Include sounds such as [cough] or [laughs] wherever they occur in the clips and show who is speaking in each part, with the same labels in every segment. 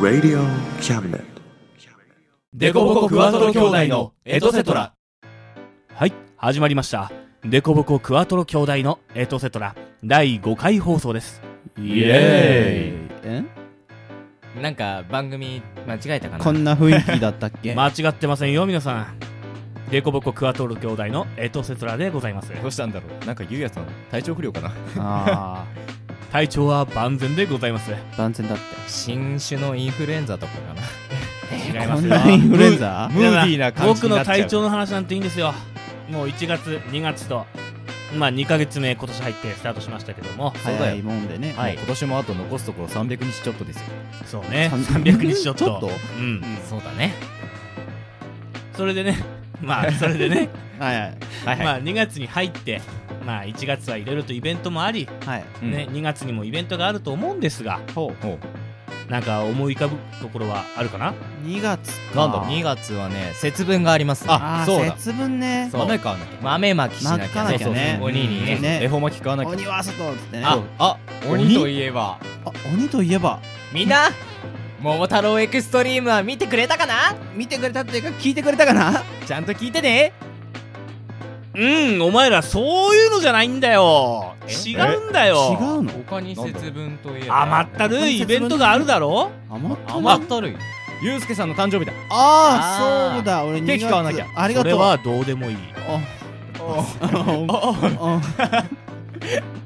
Speaker 1: Radio Cabinet.
Speaker 2: デコボコクワトロ兄弟のエトセトラはい始まりましたデコボコクワトロ兄弟のエトセトラ第5回放送です
Speaker 3: イエ
Speaker 4: え
Speaker 3: なんか番組間違えたかな
Speaker 4: こんな雰囲気だったっ
Speaker 2: [laughs]
Speaker 4: け、
Speaker 2: 間違ってませんよ皆さんデコボコクワトロ兄弟のエトセトラでございます
Speaker 5: どうしたんだろうなんかゆうやさん体調不良かな
Speaker 4: あ
Speaker 2: 体調は万全でございます
Speaker 4: あ万全だっ
Speaker 3: 新種のインフルエンザとかかな
Speaker 2: 違い
Speaker 4: て
Speaker 2: ま
Speaker 4: こ
Speaker 2: す
Speaker 4: ん
Speaker 2: よ
Speaker 4: なインフルエンザ
Speaker 5: ムーディーな感じ
Speaker 2: 僕
Speaker 5: にな
Speaker 2: の
Speaker 5: っちゃう
Speaker 2: 体調の話なんていいんですよもう1月2月とまあ2ヶ月目今年入ってスタートしましたけども
Speaker 5: うだよ
Speaker 4: 早いもんでね、
Speaker 5: 今年もあと残すところ300日ちょっとですよ
Speaker 2: そうね
Speaker 4: 三
Speaker 2: 300日ちょっと
Speaker 4: ちょっと
Speaker 2: うん
Speaker 3: そうだね
Speaker 2: それでね [laughs] まあそれで [laughs] ね
Speaker 4: はいはい
Speaker 5: はいはい、
Speaker 2: まあ2月に入って、まあ、1月はいろいろとイベントもあり、
Speaker 4: はい
Speaker 5: うん
Speaker 2: ね、2月にもイベントがあると思うんですが
Speaker 4: ほ
Speaker 5: ほう
Speaker 2: なんか思い浮かぶところはあるかな
Speaker 4: う2月か
Speaker 3: なんだ2月はね節分があります
Speaker 4: ああ
Speaker 5: そうだ
Speaker 4: 節分ね
Speaker 3: そう
Speaker 5: 豆買わなきゃ
Speaker 3: 豆まきしな
Speaker 4: 巻
Speaker 3: き
Speaker 4: か
Speaker 3: ゃ
Speaker 4: なきゃね
Speaker 3: そうそう鬼にね
Speaker 5: 恵
Speaker 4: ね
Speaker 5: 方巻き買わなきゃ
Speaker 4: 鬼は外っつってね
Speaker 3: ああ鬼といえば
Speaker 4: あ鬼といえば
Speaker 3: みんな桃太郎エクストリームは見てくれたかな
Speaker 4: 見てくれたっていうか聞いてくれたかな
Speaker 3: ちゃんと聞いてね
Speaker 2: うんお前らそういうのじゃないんだよ
Speaker 3: え
Speaker 2: 違うんだよ
Speaker 4: 違うの
Speaker 3: 他に節分といえば
Speaker 2: 甘ったるいイベントがあるだろ
Speaker 4: 甘った
Speaker 3: 甘ったるい
Speaker 5: ゆうすけさんの誕生日だ
Speaker 4: あ
Speaker 3: あー
Speaker 4: あそうだ俺2
Speaker 5: ケー
Speaker 4: 月
Speaker 5: キ買わなきゃ
Speaker 4: ありが
Speaker 2: そ
Speaker 4: と
Speaker 2: れ
Speaker 4: う
Speaker 2: はどうでもいい
Speaker 4: あ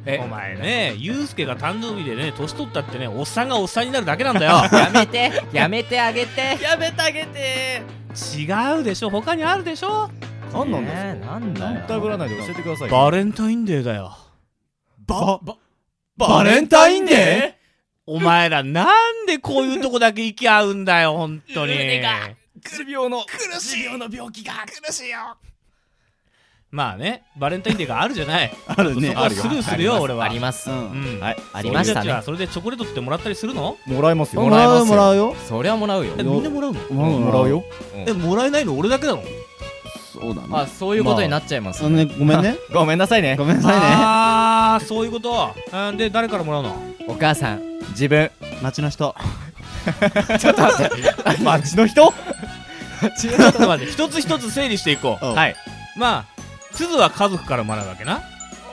Speaker 3: え
Speaker 2: お前ねゆうすけが誕生日でね年取ったってねおっさんがおっさんになるだけなんだよ [laughs]
Speaker 3: やめてやめてあげ
Speaker 5: [laughs]
Speaker 3: てやめてあげて
Speaker 2: 違うでしょ他にあるでしょ
Speaker 5: 何なんだ
Speaker 3: ねえなんだよ
Speaker 5: それ疑わないで教えてくださいよ
Speaker 2: バレンタインデーだよ
Speaker 5: バババレンタインデ
Speaker 2: お前らなんでこういうとこだけ行き合うんだよ本当に
Speaker 3: 腕が
Speaker 5: ー持病の
Speaker 3: 苦しいの病気が苦しいよ
Speaker 2: まあね、バレンタインデーがあるじゃない。
Speaker 5: [laughs]
Speaker 4: あるね
Speaker 2: そこはスルーするよ、俺は。
Speaker 3: あります
Speaker 4: うん
Speaker 2: うん。
Speaker 5: はい
Speaker 3: ありまし
Speaker 2: 俺
Speaker 3: た
Speaker 2: たちは
Speaker 3: ね
Speaker 2: それでチョコレートってもらったりするの
Speaker 5: もらえますよ
Speaker 4: もらうよもら
Speaker 5: う
Speaker 4: うよ
Speaker 3: そりゃもらうよ
Speaker 2: え、みんなもらうの
Speaker 5: もらうよ
Speaker 3: うん
Speaker 2: え、もらえないの俺だけなの
Speaker 4: そうだ
Speaker 3: あ
Speaker 4: な
Speaker 3: そういうことになっちゃいます
Speaker 4: そのねごめん [laughs] ね
Speaker 5: ごめんなさいね
Speaker 4: ごめんなさ
Speaker 2: あー、そういうこと。あーで、誰からもらうの
Speaker 3: お母さん
Speaker 5: 自分
Speaker 4: いね街の人
Speaker 5: ちょっと待って [laughs] 街の人
Speaker 2: ちょっと待って、一つ一つ整理していこ
Speaker 4: うん
Speaker 5: はい、
Speaker 2: う。まあ、鈴は家族からもらうわけな。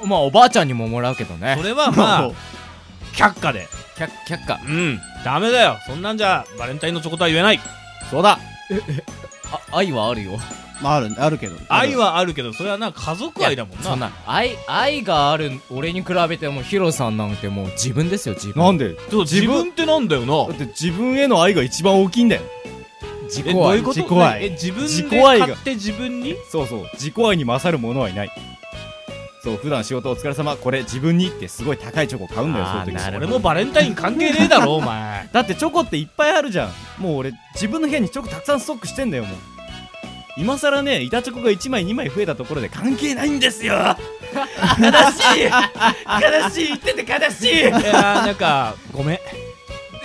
Speaker 3: まあおばあちゃんにももらうけどね
Speaker 2: それは
Speaker 5: [laughs]
Speaker 2: まあ、却下で。
Speaker 3: 却却下
Speaker 2: うん。ダメだよ。そんなんじゃ、バレンタインのチョコとは言えない。
Speaker 5: そうだ
Speaker 3: あ愛はあるよ
Speaker 4: [laughs] まああるあるけど
Speaker 2: 愛はあるけど、それはな、家族愛だもん
Speaker 3: いやそん
Speaker 2: な。
Speaker 3: な愛愛がある俺に比べてもヒロさんなんてもう自分ですよ自分
Speaker 5: なんでだ
Speaker 2: そう自分ってなんだよな
Speaker 5: っ。て自分への愛が一番大きいんだよ
Speaker 3: 自己
Speaker 2: え、
Speaker 3: 愛
Speaker 2: どういうこと
Speaker 5: 自己愛
Speaker 2: え、自分
Speaker 5: 自己
Speaker 2: で
Speaker 5: 愛が
Speaker 2: 買って自分に
Speaker 5: そうそう自己愛に勝るものはいないそう普段仕事お疲れ様これ自分にってすごい高いチョコ買うんだよそう
Speaker 3: あー
Speaker 5: いう時
Speaker 3: なるほど
Speaker 2: 俺もバレンタイン関係ねえだ
Speaker 5: [laughs]
Speaker 2: ろお前
Speaker 5: だってチョコっていっぱいあるじゃんもう俺自分の部屋にチョコたくさんストックしてんだよもう今さらね板チョコが1枚2枚増えたところで関係ないんですよ悲しい悲しい言ってて悲しい
Speaker 2: いやなんかごめん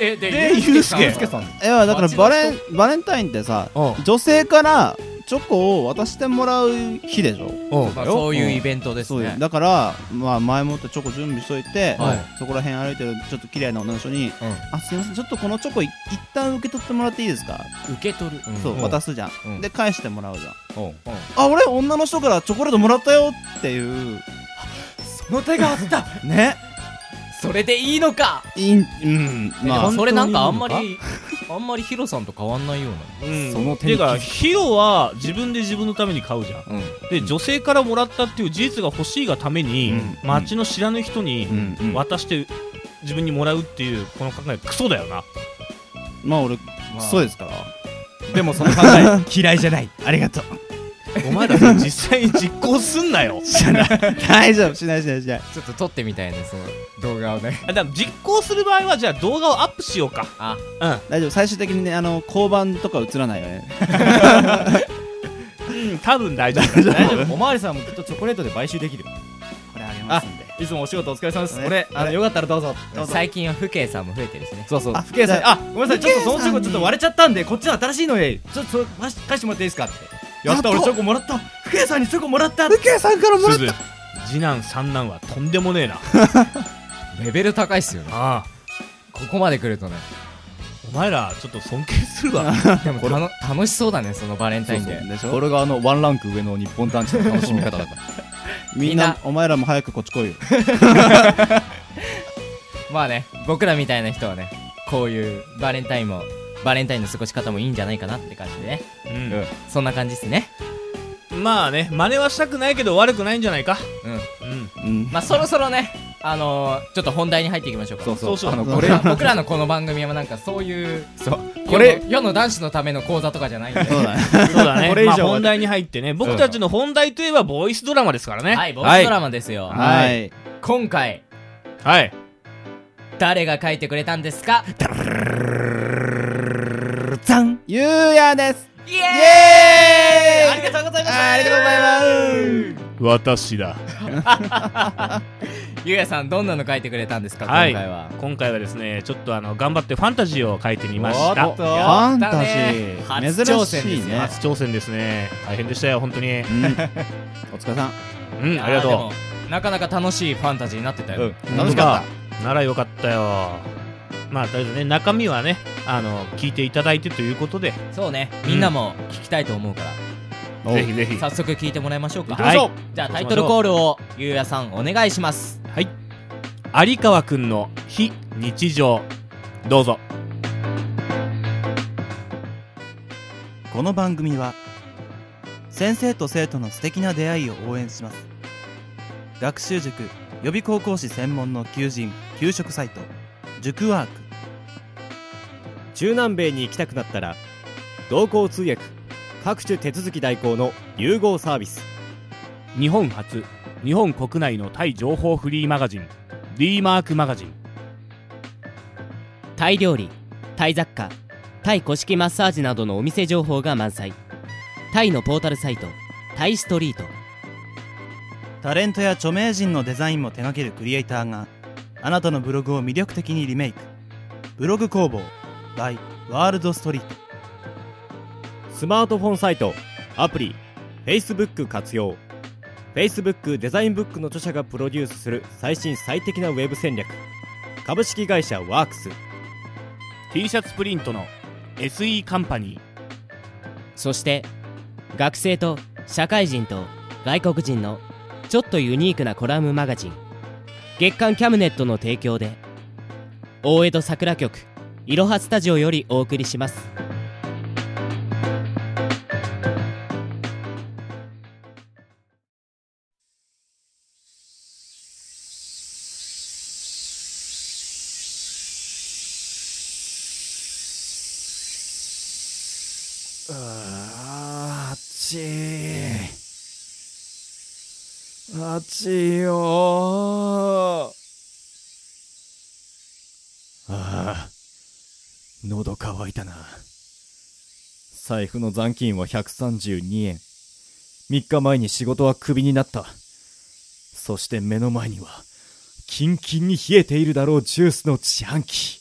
Speaker 3: えで
Speaker 5: で
Speaker 3: ゆ
Speaker 5: ゆ
Speaker 3: う
Speaker 5: う
Speaker 3: す
Speaker 5: す
Speaker 3: け
Speaker 5: け
Speaker 3: さん
Speaker 5: さ
Speaker 4: い
Speaker 5: ん
Speaker 4: やだからバレンバレンタインってさ
Speaker 2: う
Speaker 4: 女性からチョコを渡してもらう日でしょ
Speaker 2: んうん
Speaker 3: まあそういうイベントです
Speaker 4: そうよ
Speaker 3: ね
Speaker 4: だから、まあ、前もってチョコ準備しといて、
Speaker 3: はい
Speaker 4: そこら辺歩いてるちょっと綺麗な女の人に「あすいませんちょっとこのチョコい一旦受け取ってもらっていいですか?
Speaker 3: 受け取る」
Speaker 4: そう、
Speaker 5: うん
Speaker 4: 渡すじゃん、
Speaker 5: うん
Speaker 4: で返してもらうじゃん
Speaker 5: おう
Speaker 4: あ俺女の人からチョコレートもらったよっていう
Speaker 3: その手があった
Speaker 4: ね
Speaker 3: それでいいのか
Speaker 4: いんうんま
Speaker 3: ま
Speaker 4: あ
Speaker 3: あそれなんかあんま
Speaker 5: 本当
Speaker 3: りあんまりヒロさんと変わんないような
Speaker 2: うん
Speaker 5: その
Speaker 2: て
Speaker 5: 手に
Speaker 2: いうかヒロは自分で自分のために買うじゃん
Speaker 5: うん
Speaker 2: で女性からもらったっていう事実が欲しいがために、
Speaker 5: うん
Speaker 2: 街の知らぬ人に
Speaker 5: うんうん
Speaker 2: 渡して自分にもらうっていうこの考えクソだよな
Speaker 4: まあ俺、
Speaker 5: まあ
Speaker 4: そうですから
Speaker 5: でもその考え嫌いじゃない
Speaker 4: ありがとう
Speaker 2: お前らそれ実際に実行すんなよ
Speaker 4: 大丈夫しないしないしない
Speaker 3: ちょっと撮ってみたいねその動画をね
Speaker 2: あだから実行する場合はじゃあ動画をアップしようか
Speaker 3: あ
Speaker 4: 大丈夫最終的にねあの交番とか映らないよね
Speaker 2: うん多分大丈
Speaker 5: [laughs]
Speaker 2: 夫
Speaker 5: 大丈夫おまわりさんもきっとチョコレートで買収できる
Speaker 4: これあげますんで
Speaker 5: いつもお仕事お疲れ様です
Speaker 4: ね
Speaker 5: これあのよかったらどうぞ
Speaker 4: どうぞ
Speaker 3: 最近は父兄さんも増えてるしね
Speaker 5: そうそう
Speaker 4: あ
Speaker 5: 不景さんあごめんなさいちょっと
Speaker 4: 不景
Speaker 5: そのチョ
Speaker 4: さん
Speaker 5: コ
Speaker 4: に
Speaker 5: ちょっと割れちゃったんでこっちの新しいのへちょっとそれ返し返してもらっていいですかってやった俺チョコもらった不景さんにチョコもらった
Speaker 4: ルケさんからもらっ
Speaker 2: すず次男三男はとんでもねえな
Speaker 3: レベル高いっすよね
Speaker 2: ああ
Speaker 3: ここまで来るとね
Speaker 2: お前らちょっと尊敬するわ
Speaker 3: でもたの楽しそうだねそのバレンタインで
Speaker 6: そうそうでしょ
Speaker 5: これがあのワンランク上の日本団地の楽し
Speaker 7: [laughs]
Speaker 5: み方だから
Speaker 6: みん
Speaker 3: みん
Speaker 6: な
Speaker 3: な
Speaker 6: お前らも早くこっち来いよ
Speaker 3: まあね僕らみたいな人はねこういうバレンタインもバレンタインの過ごし方もいいんじゃないかなって感じでね
Speaker 2: うん
Speaker 3: そんな感じっすね
Speaker 2: まあね真似はしたくないけど悪くないんじゃないか
Speaker 3: うん
Speaker 2: うん
Speaker 6: うん
Speaker 3: まあそろそろねあのー、ちょっと本題に入っていきましょうか
Speaker 6: そうそう
Speaker 2: そうそう
Speaker 6: あの
Speaker 3: こ
Speaker 6: こ
Speaker 3: れ
Speaker 6: れ
Speaker 3: 僕らのこの番組はなんかそういう
Speaker 5: そう
Speaker 3: こ
Speaker 5: こ
Speaker 3: れ
Speaker 5: れ
Speaker 3: 世の男子のための講座とかじゃないんで
Speaker 6: そうだね
Speaker 2: [laughs] そうだね
Speaker 5: これ以上
Speaker 2: ま
Speaker 5: は
Speaker 2: あ本題に入ってね僕たちの本題といえばボイスドラマですからね
Speaker 3: はいボイスドラマですよ、
Speaker 6: はい
Speaker 3: 今回
Speaker 2: はい
Speaker 3: 誰が書いてくれたんですか
Speaker 6: ゆうやです
Speaker 3: イエーイありがとうございました
Speaker 6: ありがとうございます
Speaker 2: 私だ
Speaker 3: ゆうやさんどんなの書いてくれたんですか、
Speaker 2: はい
Speaker 3: 今回は
Speaker 2: 今回はですねちょっとあの頑張ってファンタジーを書いてみまし
Speaker 5: おっと
Speaker 2: た
Speaker 6: フ
Speaker 3: や
Speaker 6: ァ
Speaker 3: っ
Speaker 6: ン
Speaker 3: た
Speaker 6: タジ
Speaker 3: ね初
Speaker 6: ー
Speaker 3: 挑
Speaker 6: 珍
Speaker 3: 戦
Speaker 6: し
Speaker 3: で
Speaker 6: い
Speaker 3: す
Speaker 6: ね
Speaker 2: 初挑戦ですね大変でしたよ本当に
Speaker 6: うんお疲れさん
Speaker 2: うんありが
Speaker 3: ーで
Speaker 2: と
Speaker 3: もなかなか楽しいファンタジーになってたよ、
Speaker 2: う
Speaker 6: うん楽しかった
Speaker 2: ならよかったよまあとりあえずね中身はねあの聞いていただいてということで
Speaker 3: そうね
Speaker 2: うん
Speaker 3: みんなも聞きたいと思うから、
Speaker 6: お
Speaker 2: ぜひぜひ
Speaker 3: 早速聞いてもらいましょうか
Speaker 2: 行きましょう
Speaker 3: じゃあタイトルコールをゆうやさんお願いします
Speaker 2: はい有川くんの非日常どうぞ
Speaker 4: この番組は先生と生徒の素敵な出会いを応援します学習塾予備高校士専門の求人・給食サイト塾ワーク
Speaker 7: 中南米に行きたくなったら同行通訳各種手続き代行の融合サービス
Speaker 2: 日本初日本国内のタイ情報フリーマガジン D マークマガジン
Speaker 8: タイ料理タイ雑貨タイ古式マッサージなどのお店情報が満載タイのポータルサイトタイストリート
Speaker 4: タレントや著名人のデザインも手掛けるクリエイターがあなたのブログを魅力的にリメイクブログ工房 by ワールドストリート
Speaker 7: スマートフォンサイトアプリ Facebook 活用 Facebook デザインブックの著者がプロデュースする最新最適なウェブ戦略株式会社ワークス
Speaker 2: T シャツプリントの SE カンパニー
Speaker 8: そして学生と社会人と外国人のちょっとユニークなコラムマガジン月刊キャムネットの提供で大江戸桜局いろはスタジオよりお送りします
Speaker 5: あーあっちーあっちーよーああ喉乾いたな財布の残金は132円3日前に仕事はクビになったそして目の前にはキンキンに冷えているだろうジュースの自販機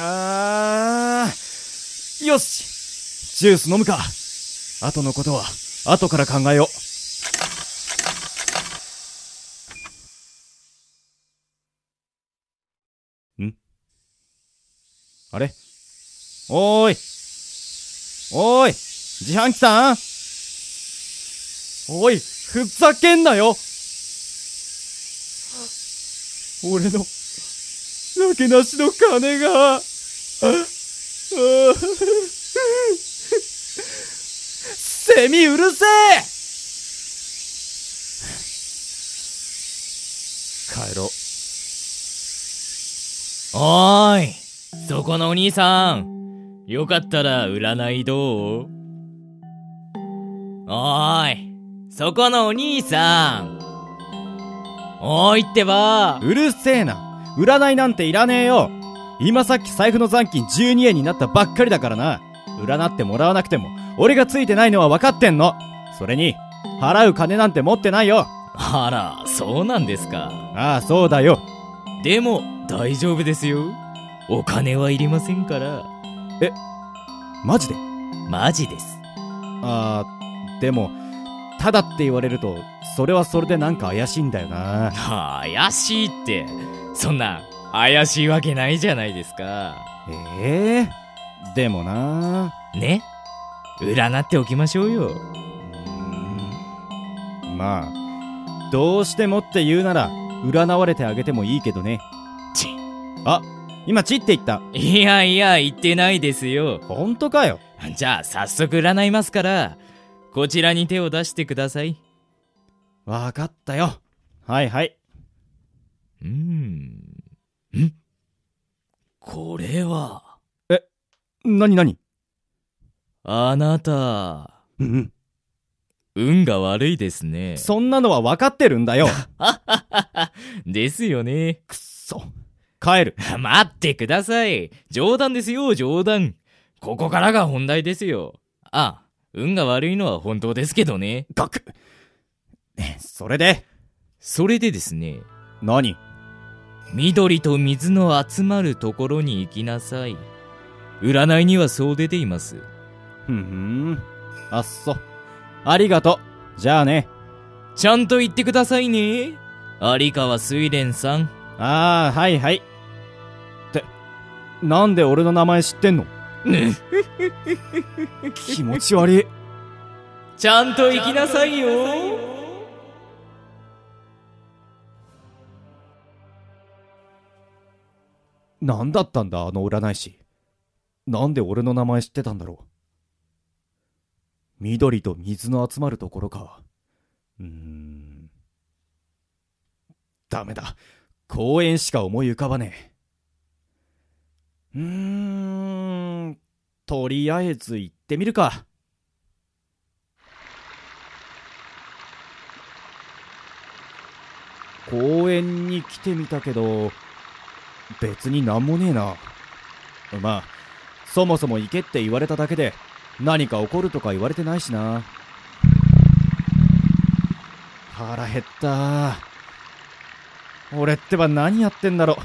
Speaker 5: あーよしジュース飲むか後のことは後から考えようあれおーいおーい自販機さんおいふざけんなよ俺のなけなしの金がああセミうるせえ帰ろう
Speaker 3: おーいそこのお兄さんよかったら占いどうおーいそこのお兄さんおーいってば
Speaker 5: うるせえな占いなんていらねえよ今さっき財布の残金12円になったばっかりだからな占ってもらわなくても俺がついてないのは分かってんのそれに払う金なんて持ってないよ
Speaker 3: あらそうなんですか
Speaker 5: ああそうだよ
Speaker 3: でも大丈夫ですよお金はいりませんから
Speaker 5: マジで
Speaker 3: マジです
Speaker 5: ああでもただって言われると、それはそれでなんか怪しいんだよな。
Speaker 3: 怪しいって、そんな、怪しいわけないじゃないですか。
Speaker 5: ええでもな
Speaker 3: ね占っておきましょうよ。
Speaker 5: まあ、どうしてもって言うなら、占われてあげてもいいけどね。
Speaker 3: ち
Speaker 5: あ、今ちって言った。
Speaker 3: いやいや、言ってないですよ。
Speaker 5: 本当かよ。
Speaker 3: じゃあ、早速占いますから、こちらに手を出してください。
Speaker 5: わかったよ。はいはい。
Speaker 3: うーん。んこれは、
Speaker 5: なになに
Speaker 3: あなた、
Speaker 5: うんうん。
Speaker 3: 運が悪いですね。
Speaker 5: そんなのはわかってるんだよ。
Speaker 3: ですよね。
Speaker 5: くっそ。帰る。
Speaker 3: 待ってください。冗談ですよ、冗談。ここからが本題ですよ。あ、運が悪いのは本当ですけどね。
Speaker 5: ガク。それで、
Speaker 3: それでですね、
Speaker 5: 何
Speaker 3: 緑と水の集まるところに行きなさい。占いにはそう出ています。
Speaker 5: ふんふん。あっそ。ありがとう。じゃあね。
Speaker 3: ちゃんと言ってくださいね。有川水蓮さん。
Speaker 5: ああ、はいはい。って、なんで俺の名前知ってんの気持ち悪い。
Speaker 3: ちゃんと行きなさいよ。
Speaker 5: なんだったんだ、あの占い師。なんで俺の名前知ってたんだろう。緑と水の集まるところか。うーん。ダメだ。公園しか思い浮かばねえ。うーん。とりあえず行ってみるか。公園に来てみたけど、別になんもねえな。まあ、そもそも行けって言われただけで、何か起こるとか言われてないしな。腹減った。俺ってば何やってんだろ。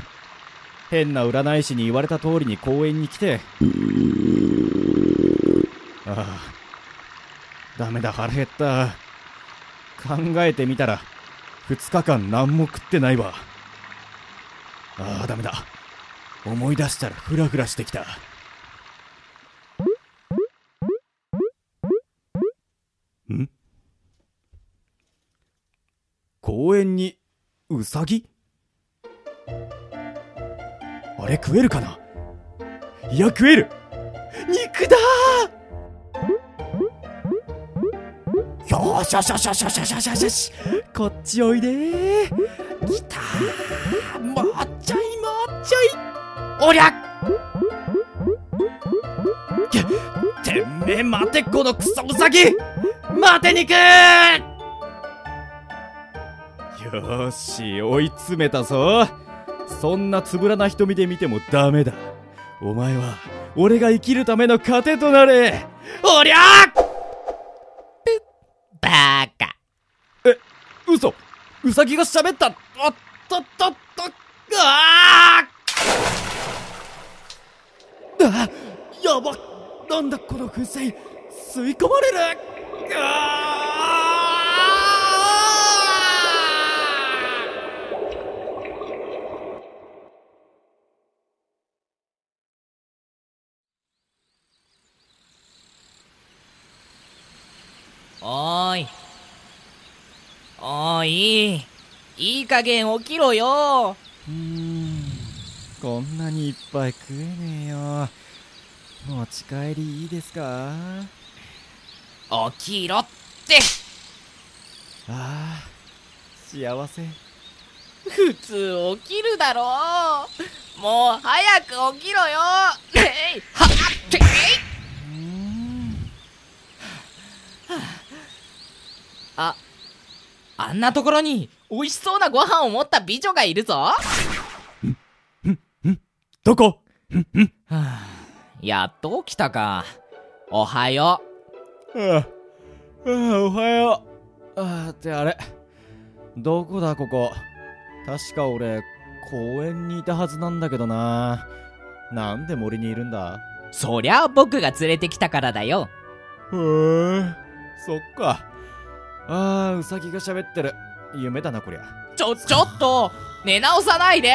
Speaker 5: 変な占い師に言われた通りに公園に来て。ああ。ダメだ、腹減った。考えてみたら、2日間何も食ってないわ。ああ、ダメだ。思い出したらフラフラしてきた。ん公園にウサギあれ食えるかないや食える肉だーよーしよしよしよしよしよしよしよしこっちおいでー来たーもうちょいもうちょいおりゃててめえ待てこのクソウサギ待てにくよーし追い詰めたぞそんなつぶらな瞳で見てもダメだお前は俺が生きるための糧となれおりゃ
Speaker 3: バカ。
Speaker 5: 嘘ウサギが喋ったあったったったあーあやばなんだこの噴水吸い込まれるあー
Speaker 9: おーい。おーい。いい加減起きろよ。
Speaker 5: うーんこんなにいっぱい食えねえよ持ち帰りいいですか
Speaker 9: 起きろって。
Speaker 5: あー幸せ
Speaker 9: 普通起きるだろう。もう早く起きろよ。えい。はって。あ、あんなところに美味しそうなご飯を持った美女がいるぞ。
Speaker 5: どこ
Speaker 9: やっと起きたか。おはよう。
Speaker 5: ああ、ああおはよう。ああ、ってあれ。どこだ、ここ。確か俺、公園にいたはずなんだけどな。なんで森にいるんだ
Speaker 9: そりゃ僕が連れてきたからだよ。
Speaker 5: へえ、そっか。あー、ウサギが喋ってる。夢だな、こりゃ。
Speaker 10: ちょ、ちょっと寝直さないで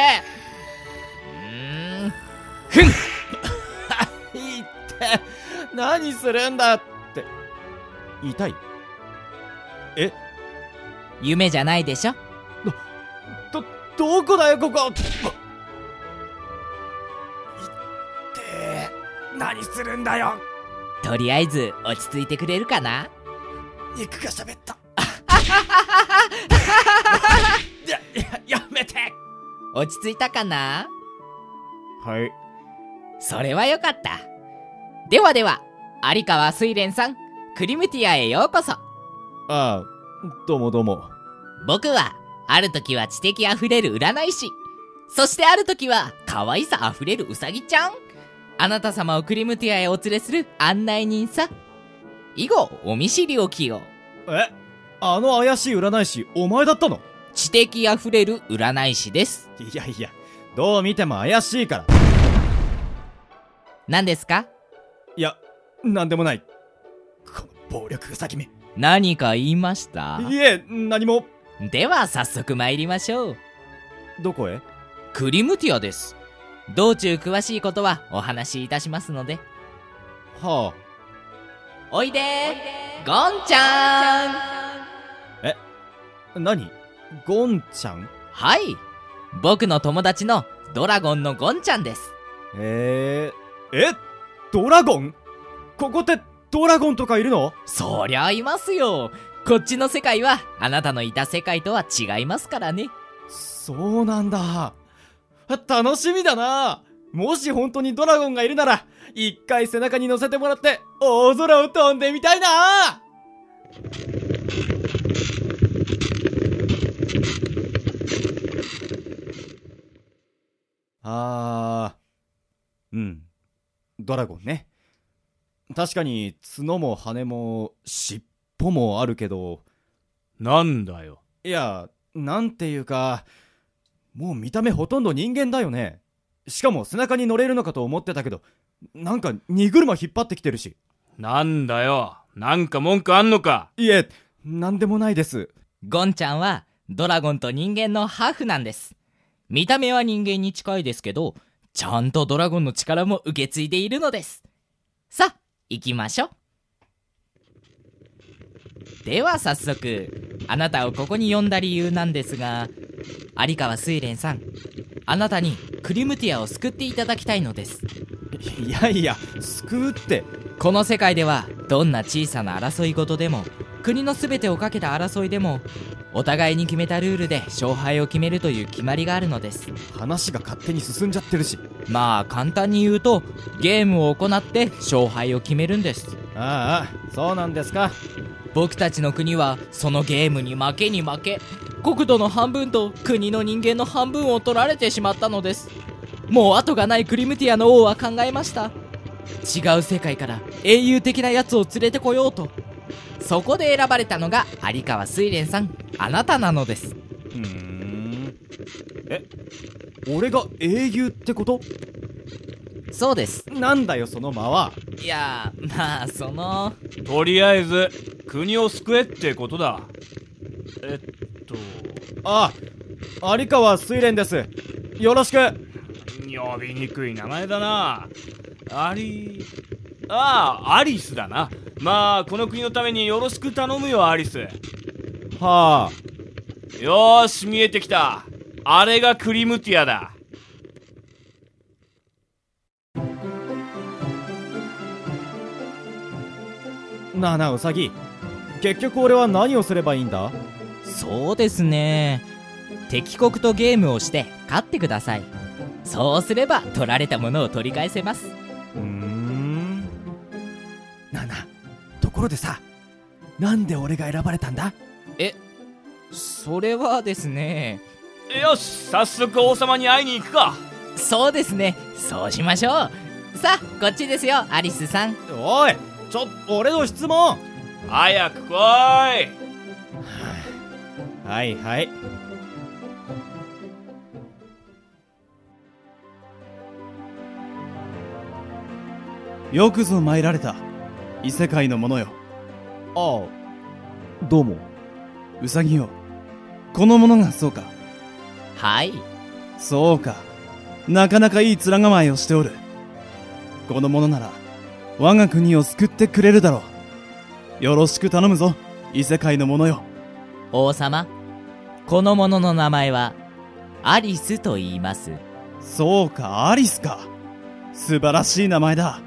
Speaker 5: いって、何するんだって。痛い
Speaker 3: 夢じゃないでしょ
Speaker 5: どこだよ、ここ
Speaker 3: 何するんだよとりあえず落ち着いてくれるかな肉が喋ったややめて落ち着いたかな
Speaker 5: はい。
Speaker 3: それはよかったではでは有川睡蓮さんクリムティアへようこそ
Speaker 5: ああ、どうもどうも。
Speaker 3: 僕はある時は知的あふれる占い師そしてある時は可愛さあふれるうさぎちゃんあなた様をクリムティアへお連れする案内人さ以後お見知りおきを
Speaker 5: えあの怪しい占い師、お前だったの
Speaker 3: 知的あふれる占い師です
Speaker 5: いやいや、どう見ても怪しいから。
Speaker 3: 何ですか
Speaker 5: いや、なんでもない。この暴力ウサギめ。い
Speaker 3: 何か言いました
Speaker 5: え、何も。
Speaker 3: では早速参りましょう
Speaker 5: どこへ
Speaker 3: クリムティアです道中詳しいことはお話しいたしますので
Speaker 5: は
Speaker 3: おいでゴンちゃん
Speaker 5: あ、何ゴンちゃん
Speaker 3: はい僕の友達のドラゴンのゴンちゃんです
Speaker 5: えー、えドラゴンここってドラゴンとかいるの
Speaker 3: そりゃいますよこっちの世界はあなたのいた世界とは違いますからね
Speaker 5: そうなんだ。楽しみだな。もし本当にドラゴンがいるなら、一回背中に乗せてもらって、大空を飛んでみたいなあー。うん。ドラゴンね。確かに、角も羽も、尻尾もあるけど、
Speaker 2: なんだよ。
Speaker 5: いや、なんていうか、もう見た目ほとんど人間だよね。しかも背中に乗れるのかと思ってたけど、なんか荷車引っ張ってきてるし。
Speaker 2: なんだよ。なんか文句あんのか
Speaker 5: いえ、なんでもないです。
Speaker 3: ゴンちゃんはドラゴンと人間のハーフなんです見た目は人間に近いですけどちゃんとドラゴンの力も受け継いでいるのですさあ行きましょうでは早速あなたをここに呼んだ理由なんですが有川睡蓮さんあなたにクリムティアを救っていただきたいのです
Speaker 5: [laughs] いやいや、救うって。
Speaker 3: この世界ではどんな小さな争い事でも国の全てをかけた争いでもお互いに決めたルールで勝敗を決めるという決まりがあるのです
Speaker 5: 話が勝手に進んじゃってるし。
Speaker 3: まあ簡単に言うとゲームを行って勝敗を決めるんです
Speaker 5: ああ、そうなんですか。
Speaker 3: 僕たちの国はそのゲームに負けに負け国土の半分と国の人間の半分を取られてしまったのですもう後がないクリムティアの王は考えました違う世界から英雄的なやつを連れてこようとそこで選ばれたのが有川睡蓮さんあなたなのです
Speaker 5: うーん。え、俺が英雄ってこと
Speaker 3: そうです
Speaker 5: なんだよ、その間は。
Speaker 3: いやーまあその
Speaker 2: とりあえず、国を救えってことだ。えっと、
Speaker 5: ああ、有川水蓮です。よろしく。
Speaker 2: 呼びにくい名前だなアリああアリスだなまあこの国のためによろしく頼むよアリスよ
Speaker 5: はあ。
Speaker 2: ーし見えてきたあれがクリムティアだ
Speaker 5: なあなあウサギ結局俺は何をすればいいんだ
Speaker 3: そうですね敵国とゲームをして勝ってくださいそうすれば取られたものを取り返せます
Speaker 5: うーん
Speaker 11: なあなあところでさなんで俺が選ばれたんだ
Speaker 3: それはですね
Speaker 2: よし早速王様に会いに行くか
Speaker 3: そうですねそうしましょうさあこっちですよアリスさん
Speaker 5: おいちょ俺の質問
Speaker 2: 早く来い
Speaker 5: はいはい
Speaker 4: よくぞ参られた異世界のものよ
Speaker 5: ああどうも
Speaker 4: ウサギよこの者がそうか
Speaker 3: はい
Speaker 4: そうかなかなかいい面構えをしておるこの者なら我が国を救ってくれるだろうよろしく頼むぞ異世界の者よ
Speaker 3: 王様この者の名前はアリスと言います
Speaker 4: そうかアリスか素晴らしい名前だ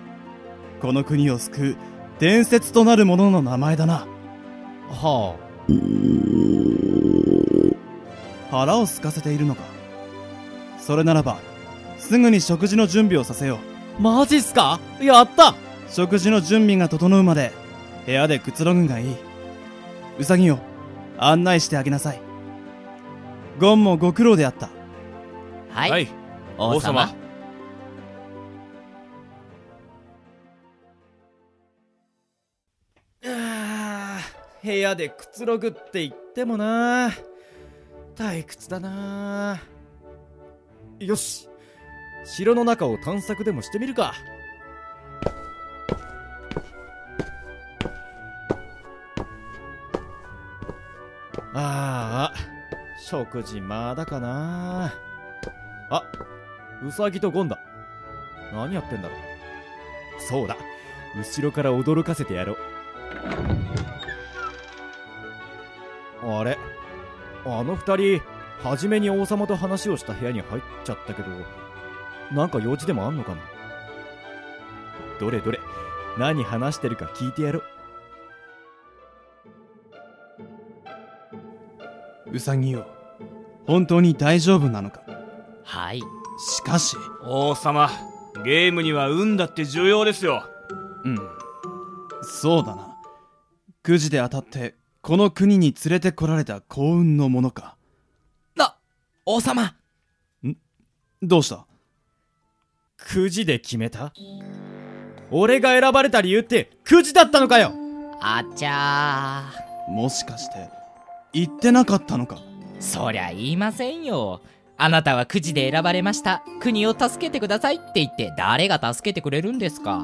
Speaker 4: この国を救う伝説となる者の名前だな
Speaker 3: は
Speaker 4: あ腹を空かせているのかそれならばすぐに食事の準備をさせよ
Speaker 3: うマジっすかやった
Speaker 4: 食事の準備が整うまで部屋でくつろぐんがいいウサギよ案内してあげなさいゴンもご苦労であった
Speaker 3: はい、はい、王様
Speaker 12: 部屋でくつろぐって言ってもな退屈だな
Speaker 5: よし城の中を探索でもしてみるかああ食事まだかなあウサギとゴンだ何やってんだろうそうだ後ろから驚かせてやろうあれあの二人初めに王様と話をした部屋に入っちゃったけどなんか用事でもあんのかなどれどれ何話してるか聞いてやろう
Speaker 4: ウサギよ本当に大丈夫なのか
Speaker 3: はい
Speaker 4: しかし
Speaker 2: 王様ゲームには運だって重要ですよ
Speaker 4: うんそうだなくじで当たってこの国に連れてこられた幸運のものか
Speaker 3: な王様
Speaker 4: んどうした
Speaker 5: くじで決めた俺が選ばれた理由ってくじだったのかよ
Speaker 3: あちゃ
Speaker 4: ーもしかして言ってなかったのか
Speaker 3: そりゃ言いませんよあなたはくじで選ばれました国を助けてくださいって言って誰が助けてくれるんですか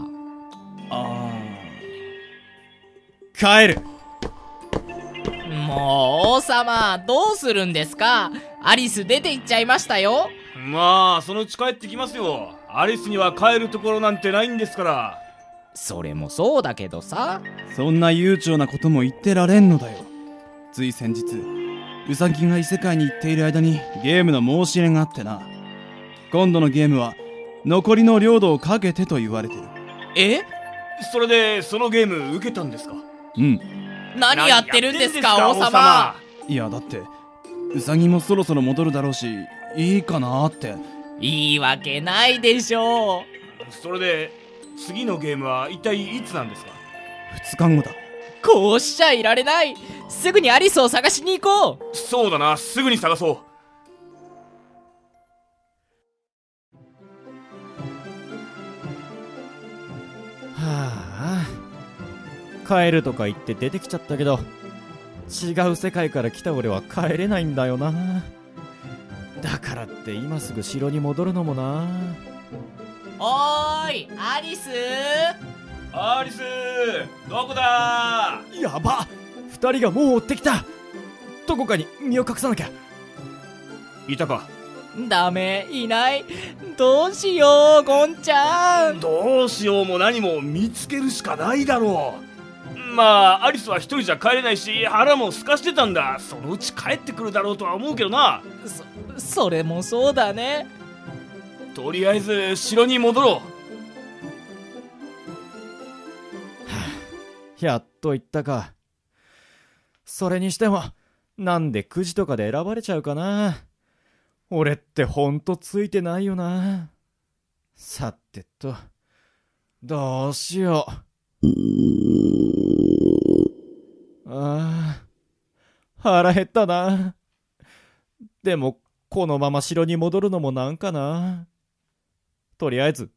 Speaker 4: あ
Speaker 5: あ帰る
Speaker 3: もう王様どうするんですかアリス出て行っちゃいましたよ
Speaker 2: まあそのうち帰ってきますよアリスには帰るところなんてないんですから
Speaker 3: それもそうだけどさ
Speaker 4: そんな悠長なことも言ってられんのだよつい先日ウサギが異世界に行っている間にゲームの申し入れがあってな今度のゲームは残りの領土をかけてと言われてる
Speaker 3: え
Speaker 2: それでそのゲーム受けたんですか
Speaker 4: うん
Speaker 3: 何やってるんですか王様
Speaker 4: いやだってウサギもそろそろ戻るだろうしいいかなって
Speaker 3: いいわけないでし
Speaker 2: う
Speaker 3: ょ
Speaker 2: それで次のゲームは一体いつなんですか
Speaker 4: 2日後だ
Speaker 3: こうしちゃいられないすぐにアリスを探しに行こ
Speaker 2: うそうだなすぐに探そう
Speaker 5: はあ帰るとか言って出てきちゃったけど違う世界から来た俺は帰れないんだよなだからって今すぐ城に戻るのもな
Speaker 3: おーいアリス
Speaker 2: アリスどこだ
Speaker 5: やば二人がもう追ってきたどこかに身を隠さなきゃ
Speaker 2: いたか
Speaker 3: ダメいないどうしようゴンちゃん
Speaker 2: どうしようも何も見つけるしかないだろうまあアリスは一人じゃ帰れないし腹も空かしてたんだそのうち帰ってくるだろうとは思うけどな
Speaker 3: そそれもそうだね
Speaker 2: とりあえず城に戻ろう
Speaker 5: やっと行ったか。それにしても、なんでくじとかで選ばれちゃうかな。俺ってほんとついてないよな。さてと、どうしよう。ああ、腹減ったな。でも、このまま城に戻るのもなんかな。とりあえず、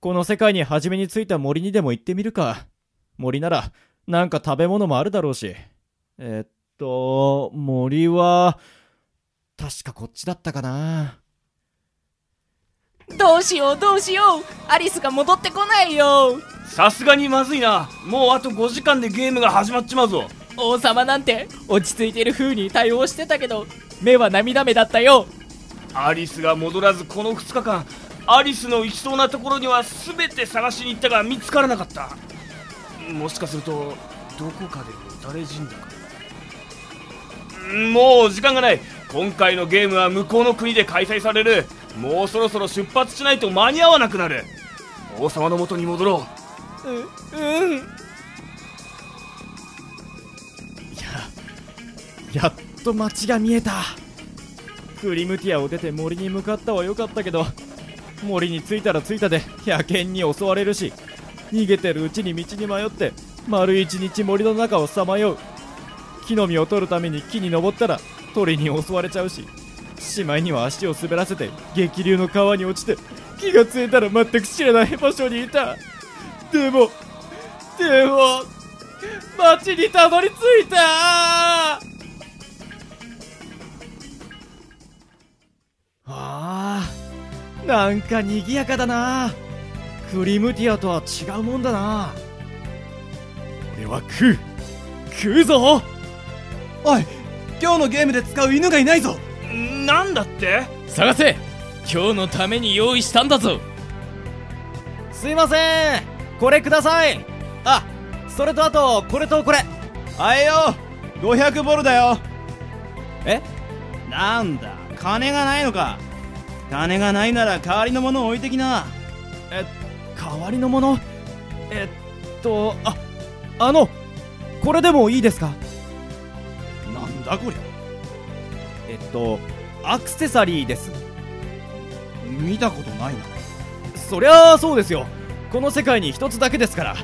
Speaker 5: この世界に初めに着いた森にでも行ってみるか。森なら、なんか食べ物もあるだろうし。えっと、森は、確かこっちだったかな。
Speaker 3: どうしようどうしようアリスが戻ってこないよ
Speaker 2: さすがにまずいなもうあと5時間でゲームが始まっちまうぞ
Speaker 13: 王様なんて落ち着いてる風に対応してたけど目は涙目だったよ
Speaker 2: アリスが戻らずこの2日間アリスの行きそうなところには全て探しに行ったが見つからなかったもしかするとどこかで撃たれ死んだかもう時間がない今回のゲームは向こうの国で開催されるもうそろそろ出発しないと間に合わなくなる王様の元に戻ろ
Speaker 13: ううん
Speaker 5: やっと街が見えたクリムティアを出て森に向かったは良かったけど森に着いたら着いたで野犬に襲われるし逃げてるうちに道に迷って丸一日森の中をさまよう木の実を取るために木に登ったら鳥に襲われちゃうししまいには足を滑らせて激流の川に落ちて気がついたら全く知らない場所にいたでもでも
Speaker 14: 街にたどり着いた
Speaker 5: あーなんか賑やかだなクリムティアとは違うもんだな俺は食う食うぞ
Speaker 15: おい今日のゲームで使う犬がいないぞ
Speaker 2: なんだって
Speaker 3: 探せ今日のために用意したんだぞ
Speaker 14: すいませんこれくださいあそれとあとこれとこれ
Speaker 4: あえよ500ボルだよえなんだ金がないのか金がないなら代わりのものを置いてきな
Speaker 5: え代わりのものえっとああのこれでもいいですか
Speaker 4: なんだこれ
Speaker 5: えっとアクセサリーです
Speaker 4: 見たことないな
Speaker 5: そりゃあそうですよこの世界に一つだけですから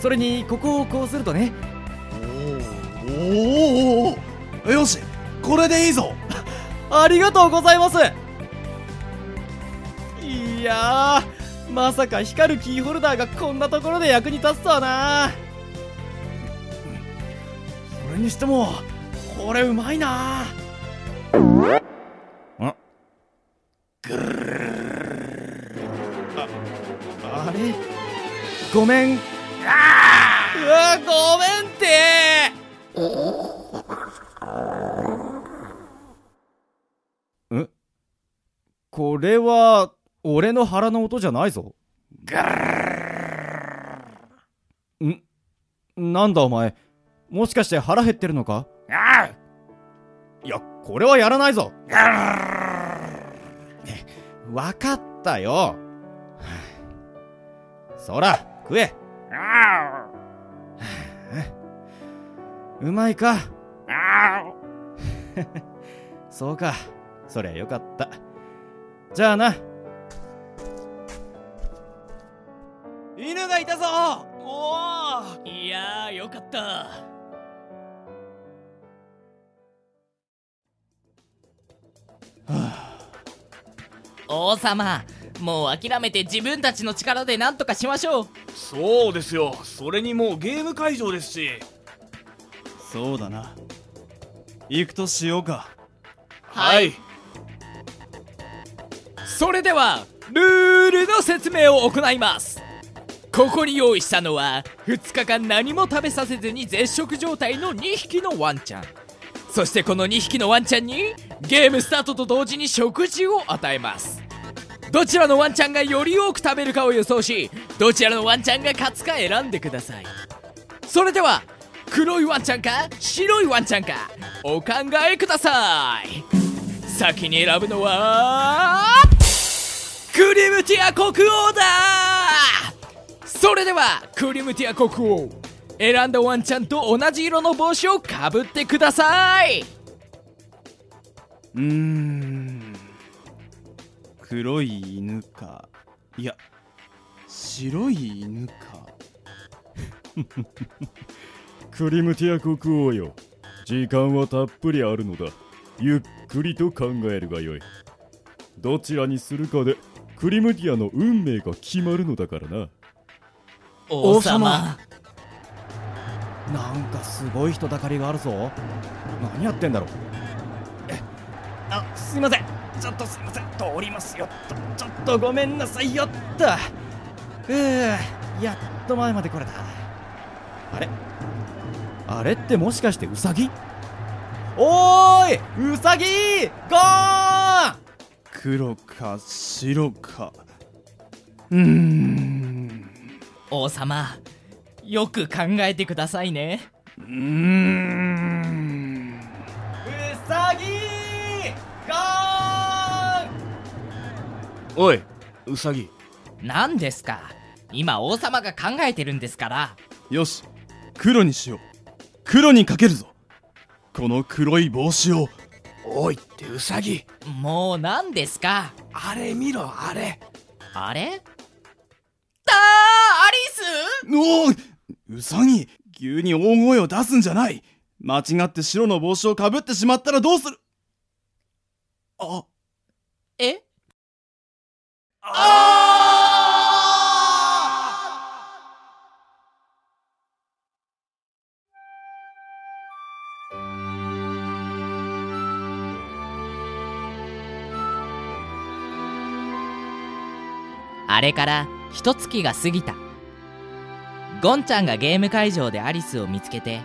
Speaker 5: それにここをこうするとね
Speaker 15: おーおーおーよしこれでいいぞ
Speaker 14: ありがとうございますいやまさか光るキーホルダーがこんなところで役に立つとはなそれにしてもこれうまいな
Speaker 4: あ
Speaker 14: ぐるあ
Speaker 5: あれごめん
Speaker 14: あうわごめんって
Speaker 5: んこれは俺の腹の音じゃないぞんなんだお前もしかして腹減ってるのかいやこれはやらないぞわかったよそら食えうまいか [laughs] そうかそりゃよかったじゃあな
Speaker 15: 犬がいたぞおお
Speaker 3: いやーよかった
Speaker 13: 王様もう諦めて自分たちの力で何とかしましょう
Speaker 2: そうですよそれにもうゲーム会場ですし
Speaker 4: そうだな行くとしようか
Speaker 2: はい、
Speaker 3: それではルールの説明を行いますここに用意したのは2日間何も食べさせずに絶食状態の2匹のワンちゃんそしてこの2匹のワンちゃんにゲームスタートと同時に食事を与えますどちらのワンちゃんがより多く食べるかを予想しどちらのワンちゃんが勝つか選んでくださいそれでは黒いワンちゃんか白いワンちゃんかお考えください先に選ぶのはクリムティア国王だそれではクリムティア国王選んだワンちゃんと同じ色の帽子をかぶってくださいう
Speaker 4: ーん黒い犬かいや白い犬か
Speaker 16: クリムティア国王よ時間はたっぷりあるのだゆっくりと考えるがよいどちらにするかでクリムティアの運命が決まるのだからな
Speaker 3: 王様
Speaker 5: なんかすごい人だかりがあるぞ何やってんだろう
Speaker 14: あすいませんちょっとすいません通りますよとちょっとごめんなさいよっとうーやっと前まで来れた
Speaker 17: あれあれってもしかしてウサギおーいウサギゴーン
Speaker 4: 黒か白かうーん
Speaker 3: 王様よく考えてくださいね
Speaker 4: うーん
Speaker 17: ウサギゴーン
Speaker 18: おいウサギ
Speaker 3: 何ですか今王様が考えてるんですから
Speaker 4: よし黒にしよう黒にかけるぞこの黒い帽子を
Speaker 3: おいってウサギもう何ですかあれ見ろあれあれ
Speaker 19: たーアリス
Speaker 4: おおウサギ急に大声を出すんじゃない間違って白の帽子をかぶってしまったらどうするあ
Speaker 19: え
Speaker 3: あれから一月が過ぎたゴンちゃんがゲーム会場でアリスを見つけて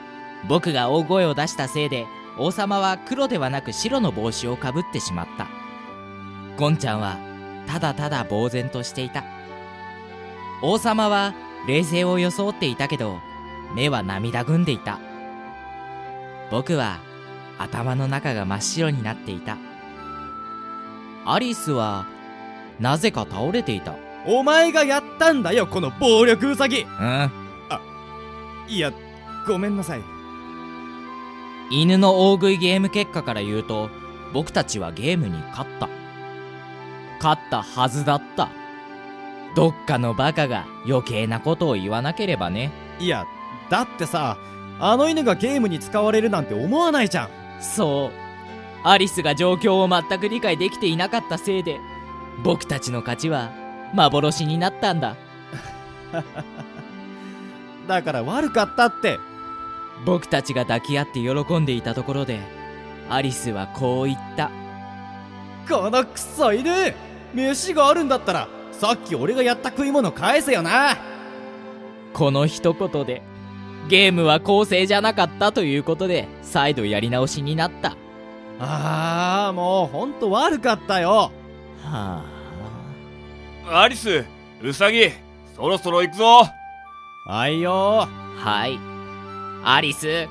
Speaker 3: 僕が大声を出したせいで王様は黒ではなく白の帽子をかぶってしまったゴンちゃんはただただ呆然としていた王様は冷静を装っていたけど目は涙ぐんでいた僕は頭の中が真っ白になっていたアリスはなぜか倒れていた
Speaker 20: お前がやったんだよこの暴力ウサギ
Speaker 3: うんあ
Speaker 20: いやごめんなさい
Speaker 3: 犬の大食いゲーム結果から言うと僕たちはゲームに勝った勝ったはずだったどっかのバカが余計なことを言わなければね
Speaker 5: いやだってさあの犬がゲームに使われるなんて思わないじゃん
Speaker 3: そうアリスが状況を全く理解できていなかったせいで僕たちの勝ちは幻になったんだ
Speaker 5: だから悪かったって
Speaker 3: 僕たちが抱き合って喜んでいたところでアリスはこう言った
Speaker 5: このクソ犬飯があるんだったらさっき俺がやった食い物返せよな
Speaker 3: この一言でゲームは公正じゃなかったということで再度やり直しになった
Speaker 5: ああもうほんと悪かったよ
Speaker 3: は
Speaker 18: アリスウサギそろそろ行くぞ
Speaker 5: はいよ
Speaker 3: はいアリス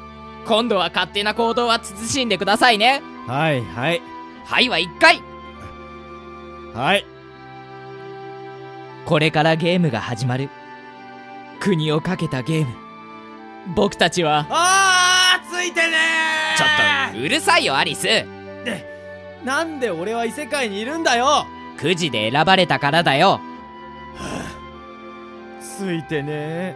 Speaker 3: 今度は勝手な行動は慎んでくださいね
Speaker 5: はいはい
Speaker 3: はいは一回
Speaker 5: はい
Speaker 3: これからゲームが始まる国をかけたゲーム僕たちは
Speaker 20: あーついてね
Speaker 3: ちょっとうるさいよアリス
Speaker 20: ーなんで俺は異世界にいるんだよ
Speaker 3: くじで選ばれたからだよ
Speaker 5: ついてね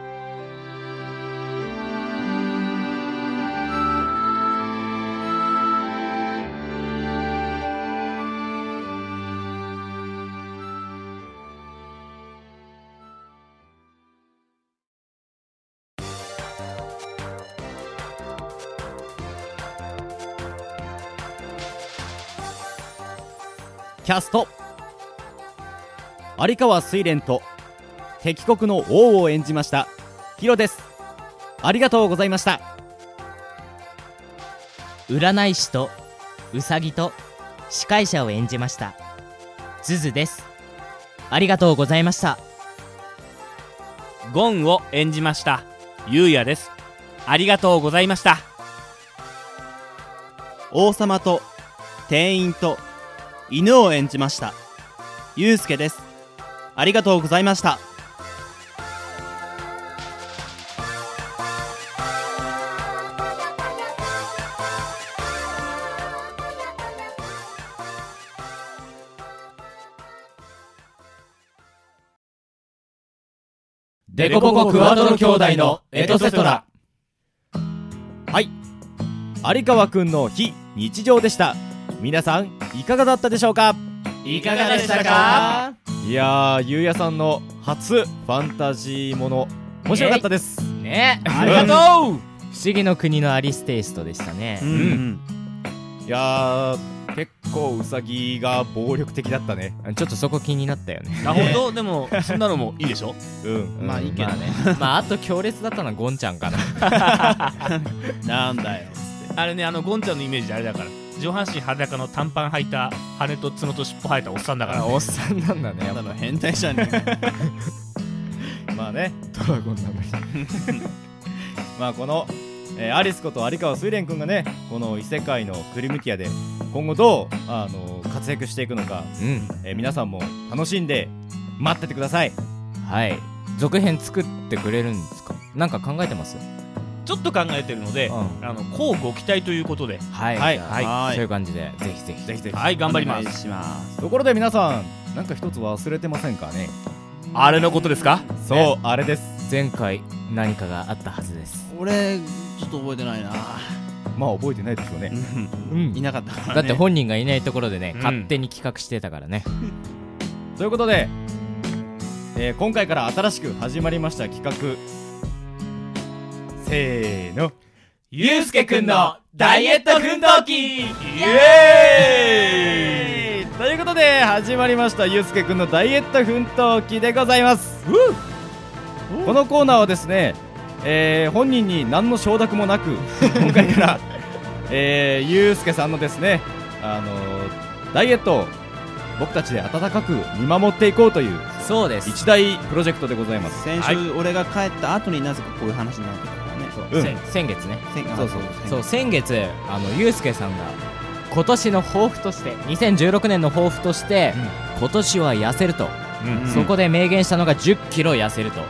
Speaker 5: キャスト有川水蓮と敵国の王を演じましたヒロですありがとうございました
Speaker 3: 占い師とウサギと司会者を演じましたズズですありがとうございました
Speaker 2: ゴンを演じましたゆうやですありがとうございました
Speaker 21: 王様と店員と犬を演じましたゆうすけですありがとうございました
Speaker 2: デコボコクワトロ兄弟のエトセトラ
Speaker 5: はい有川くんの非日常でした皆さんいかがだったでしょうか
Speaker 22: いかがでしたか
Speaker 5: いやーゆうやさんの初ファンタジーもの面白かったです、
Speaker 3: ね
Speaker 5: ありがと
Speaker 3: う不思議の国のアリステイストでしたね
Speaker 5: うんいやー結構ウサギが暴力的だったね
Speaker 3: ちょっとそこ気になったよね
Speaker 2: あ本当でもそんなのもいいでしょ
Speaker 3: うん
Speaker 2: まあいいけど
Speaker 3: [laughs] まあねまああと強烈だったのはゴンちゃんかな
Speaker 2: なんだよ [laughs] あれねあのゴンちゃんのイメージあれだから上半身裸の短パン履いた羽と角と尻尾生えたおっさんだから、
Speaker 3: あおっさんなんだねやっぱ
Speaker 2: 変態じゃね
Speaker 5: まあねドラゴンなんだけどまあこの、えーアリスこと有川水蓮くんがねこの異世界のクリムティアで今後どうあの活躍していくのか、
Speaker 3: うん
Speaker 5: えー皆さんも楽しんで待っててください
Speaker 3: はい続編作ってくれるんですかなんか考えてます
Speaker 2: ちょっと考えてるので、あのこうご期待ということで
Speaker 3: は
Speaker 2: はいはい、
Speaker 3: じゃあそういう感じでぜひぜひぜひぜ
Speaker 2: はい頑張ります
Speaker 5: ところで皆さんなんか一つ忘れてませんかね
Speaker 2: あれのことですか
Speaker 5: そう、あれです
Speaker 3: 前回何かがあったはずです
Speaker 23: 俺ちょっと覚えてないな
Speaker 5: まあ覚えてないですよね
Speaker 3: い
Speaker 23: なかった
Speaker 4: [laughs]
Speaker 23: からね
Speaker 3: だって本人がいないところでね
Speaker 5: うん
Speaker 3: 勝手に企画してたからね
Speaker 5: ということで、えー今回から新しく始まりました企画せーの
Speaker 24: ゆうすけくんのダイエット奮闘記イ
Speaker 5: エーイということで始まりましたゆうすけくんのダイエット奮闘記でございますこのコーナーはですね、えー本人に何の承諾も
Speaker 2: [laughs]
Speaker 5: なく今回から、えー、ゆうすけさんのですね、あのーダイエットを僕たちで温かく見守っていこうという
Speaker 3: そうです
Speaker 5: 一大プロジェクトでございます
Speaker 23: 先
Speaker 5: はい
Speaker 23: 週俺が帰った後になぜかこういう話になってたからね
Speaker 5: うん
Speaker 3: 先先月ね
Speaker 23: 先あ
Speaker 3: そうそう
Speaker 23: 先
Speaker 3: そう先月あのユうスケさんが今年の抱負として2016年の抱負として、今年は痩せると、
Speaker 24: うん
Speaker 3: そこで明言したのが1 0キロ痩せると、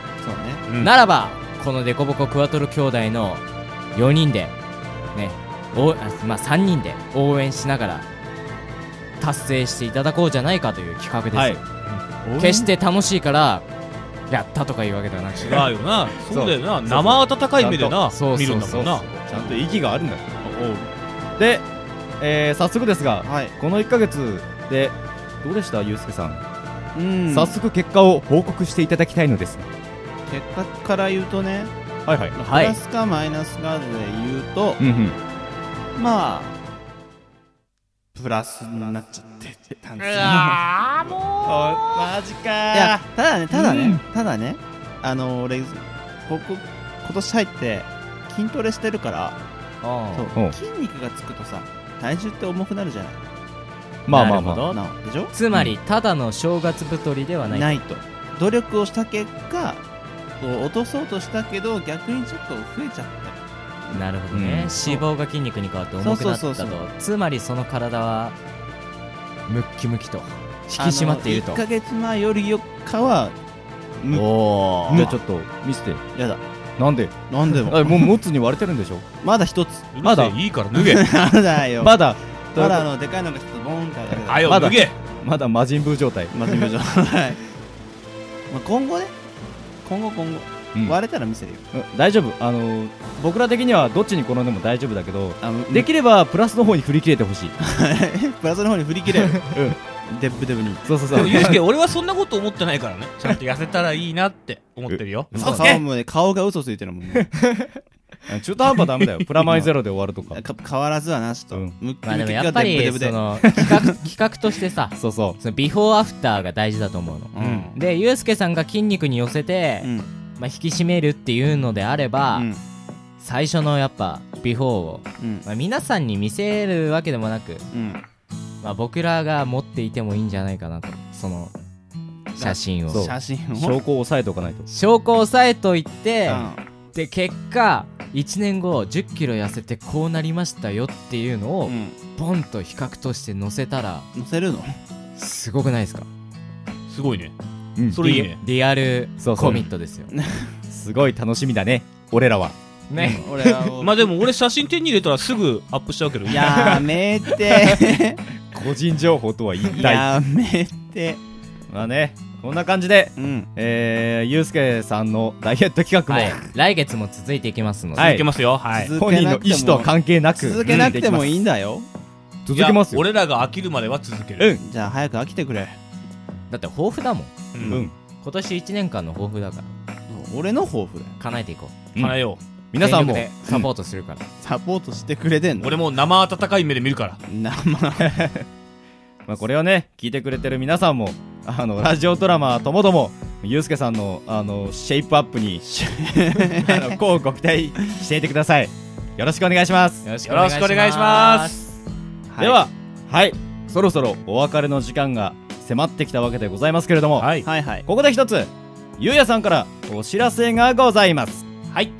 Speaker 3: ならばこのデコボコクワトロ兄弟の4人でねおあまあ3人で応援しながら達成していただこうじゃないかという企画です、うん決して楽しいからやったとかいうわけではなくて
Speaker 2: 違うよなそうだよな生温かい目でな
Speaker 3: そう
Speaker 2: 見るんだもんな
Speaker 5: ちゃんと息があるんだよで、えー早速ですが、この1ヶ月でどうでしたゆうすけさん
Speaker 23: うん
Speaker 5: 早速結果を報告していただきたいのですが
Speaker 23: 結果から言うとね
Speaker 5: はいはい
Speaker 23: プ
Speaker 5: はい
Speaker 23: ラスかマイナスかで言うと、
Speaker 5: うんうん
Speaker 23: まあプラスになっちゃってたんですよ
Speaker 24: あもう
Speaker 5: マジか
Speaker 23: いやただねただね、
Speaker 24: うん
Speaker 23: ただねあの俺ここ今年入って筋トレしてるからそう
Speaker 5: うん
Speaker 23: 筋肉がつくとさ体重って重くなるじゃない
Speaker 5: まあまあま
Speaker 3: な
Speaker 5: あ
Speaker 3: るほど
Speaker 23: なでしょ
Speaker 3: つまりただの正月太りではない
Speaker 23: ないと努力をした結果こう落とそうとしたけど逆にちょっと増えちゃっ
Speaker 3: なるほどね、
Speaker 23: うん
Speaker 3: 脂肪が筋肉に変わって重くなった
Speaker 23: そう
Speaker 3: と
Speaker 23: そうそうそう
Speaker 3: つまりその体はムッキムキと引き
Speaker 23: た
Speaker 3: 締まっていると
Speaker 23: 1ヶ月前よりよっかは
Speaker 5: お
Speaker 23: ー
Speaker 5: じゃあちょっと見せて
Speaker 23: やだ
Speaker 5: なんで
Speaker 23: なんで
Speaker 5: ももう6つに割れてるんでしょ
Speaker 23: まだ一つ
Speaker 5: まだ
Speaker 23: うるせえいいか
Speaker 2: [laughs]
Speaker 23: ら
Speaker 2: 脱げ
Speaker 23: まだよ
Speaker 5: まだ
Speaker 23: まだあのでかいのがちょっとボーンって上がる
Speaker 5: まだまだ魔人ブー状態
Speaker 23: 魔人ブー状態まあ今後ね今後今後、割れたら見せるよ
Speaker 5: うん大丈夫あの僕ら的にはどっちに転んでも大丈夫だけど
Speaker 23: うん
Speaker 5: できればプラスの方に振り切れてほしい
Speaker 23: プラスの方に振り切れるデブデブに
Speaker 5: [laughs] そうそう
Speaker 2: でもユースケ俺はそんなこと思ってないからねちゃんと痩せたらいいなって思って
Speaker 5: [laughs]
Speaker 2: るよ
Speaker 23: そう
Speaker 2: 嘘つけ
Speaker 23: 顔もね顔が嘘ついてるもんね
Speaker 5: 中途半端ダメだよプラマイゼロで終わるとか
Speaker 23: 変わらずはなちょっと、む
Speaker 3: まあでもやっぱりその企画 [laughs] 企画としてさ
Speaker 5: そうそう
Speaker 3: そのビフォーアフターが大事だと思うの、
Speaker 23: うん
Speaker 3: でユうスケさんが筋肉に寄せて、まあ、引き締めるっていうのであれば、最初のやっぱビフォーを、まあ、皆さんに見せるわけでもなく、まあ、僕らが持っていてもいいんじゃないかなとその写真を
Speaker 5: そう証拠を押さえておかないと
Speaker 3: 証拠を押さえといて、で結果1年後1 0キロ痩せてこうなりましたよっていうのを、ボンと比較として載せたら
Speaker 23: 載せ
Speaker 3: [laughs]
Speaker 23: るの
Speaker 3: すごくないですか
Speaker 2: すごいね
Speaker 5: うん
Speaker 3: それいいねリアル
Speaker 5: そうそう
Speaker 3: コミットですよ
Speaker 5: すごい楽しみだね俺らは
Speaker 3: ね
Speaker 23: 俺
Speaker 2: まあでも俺写真手に入れたらすぐアップしちゃうけど
Speaker 23: やめて
Speaker 5: 個人情報とは一体
Speaker 23: やめて
Speaker 5: まあねこんな感じで、えーゆうすけさんのダイエット企画も、
Speaker 3: はい来月も続いていきますので、
Speaker 5: はい続けますよはい本人の意思とは関係なく続けなくてもいいんだよ続けますよ
Speaker 2: いや俺らが飽きるまでは続ける
Speaker 5: うん
Speaker 23: [laughs] じゃあ早く飽きてくれ
Speaker 3: だって抱負だもん、
Speaker 5: うん
Speaker 3: 今年1年間の抱負だから
Speaker 23: 俺の抱負だよ
Speaker 3: 叶えていこう
Speaker 2: 叶えよう
Speaker 3: 皆さんも
Speaker 2: 全力で
Speaker 3: サポートするから、
Speaker 23: サポートしてくれてんの
Speaker 2: 俺もう生温かい目で見るから
Speaker 23: 生
Speaker 5: まあ、これはね聞いてくれてる皆さんもあのラジオドラマともどもゆうすけさんのあのシェイプアップ [laughs] にあのこうご期待していてくださいよろしくお願いしますよろし
Speaker 2: くお願いします
Speaker 5: [laughs] でははいそろそろお別れの時間が迫ってきたわけでございますけれども、はい
Speaker 23: はい、
Speaker 5: ここで一つゆうやさんからお知らせがございます
Speaker 2: はい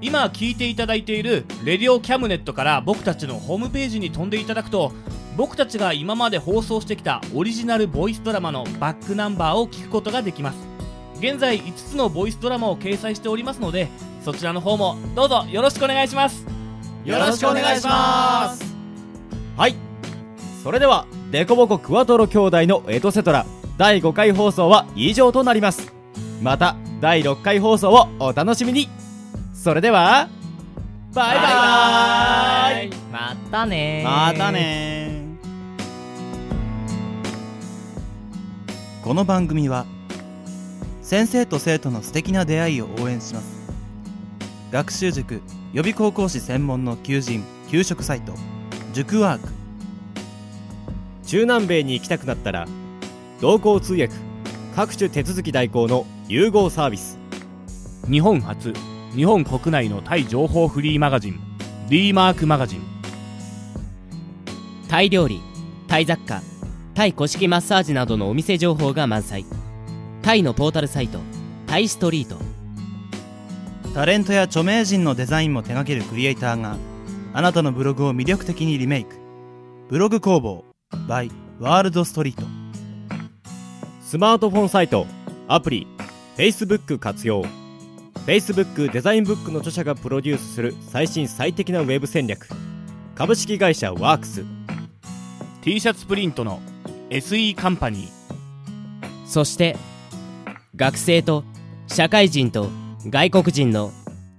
Speaker 2: 今聞いていただいている「レディオキャムネット」から僕たちのホームページに飛んでいただくと僕たちが今まで放送してきたオリジナルボイスドラマのバックナンバーを聞くことができます現在5つのボイスドラマを掲載しておりますのでそちらの方もどうぞよろしくお願いします
Speaker 25: よろしくお願いします
Speaker 5: はいそれでは「デコボコクワトロ兄弟のエトセトラ」第5回放送は以上となりますまた第6回放送をお楽しみにそれではバイバイ
Speaker 26: イまたね
Speaker 23: またね
Speaker 4: この番組は先生と生徒の素敵な出会いを応援します学習塾予備高校士専門の求人・給食サイト塾ワーク
Speaker 27: 中南米に行きたくなったら同行通訳各種手続き代行の融合サービス
Speaker 2: 日本初日本国内のタイ情報フリーマガジン D マークマガジン
Speaker 3: タイ料理タイ雑貨タイ古式マッサージなどのお店情報が満載タイのポータルサイトタイストリート
Speaker 4: タレントや著名人のデザインも手掛けるクリエイターがあなたのブログを魅力的にリメイクブログ工房 by ワールドストリート
Speaker 27: スマートフォンサイトアプリ Facebook 活用 Facebook デザインブックの著者がプロデュースする最新最適なウェブ戦略株式会社ワークス
Speaker 2: T シャツプリントの SE カンパニー
Speaker 3: そして学生と社会人と外国人の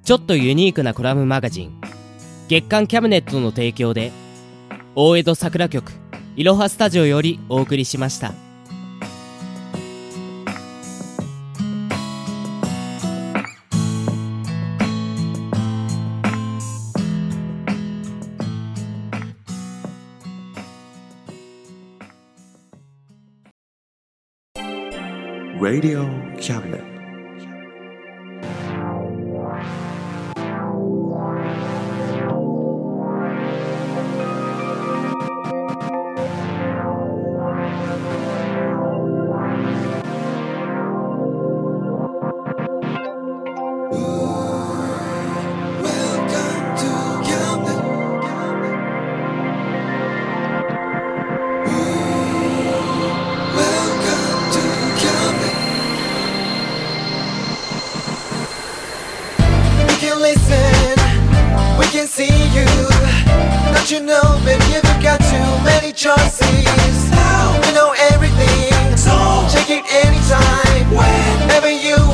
Speaker 3: ちょっとユニークなコラムマガジン月刊キャムネットの提供で大江戸桜局いろはスタジオよりお送りしました。
Speaker 1: Radio Cabinet.
Speaker 28: We can listen, we can see you. Don't you know, baby, you've got too many choices. We know everything, so check it anytime. Whenever you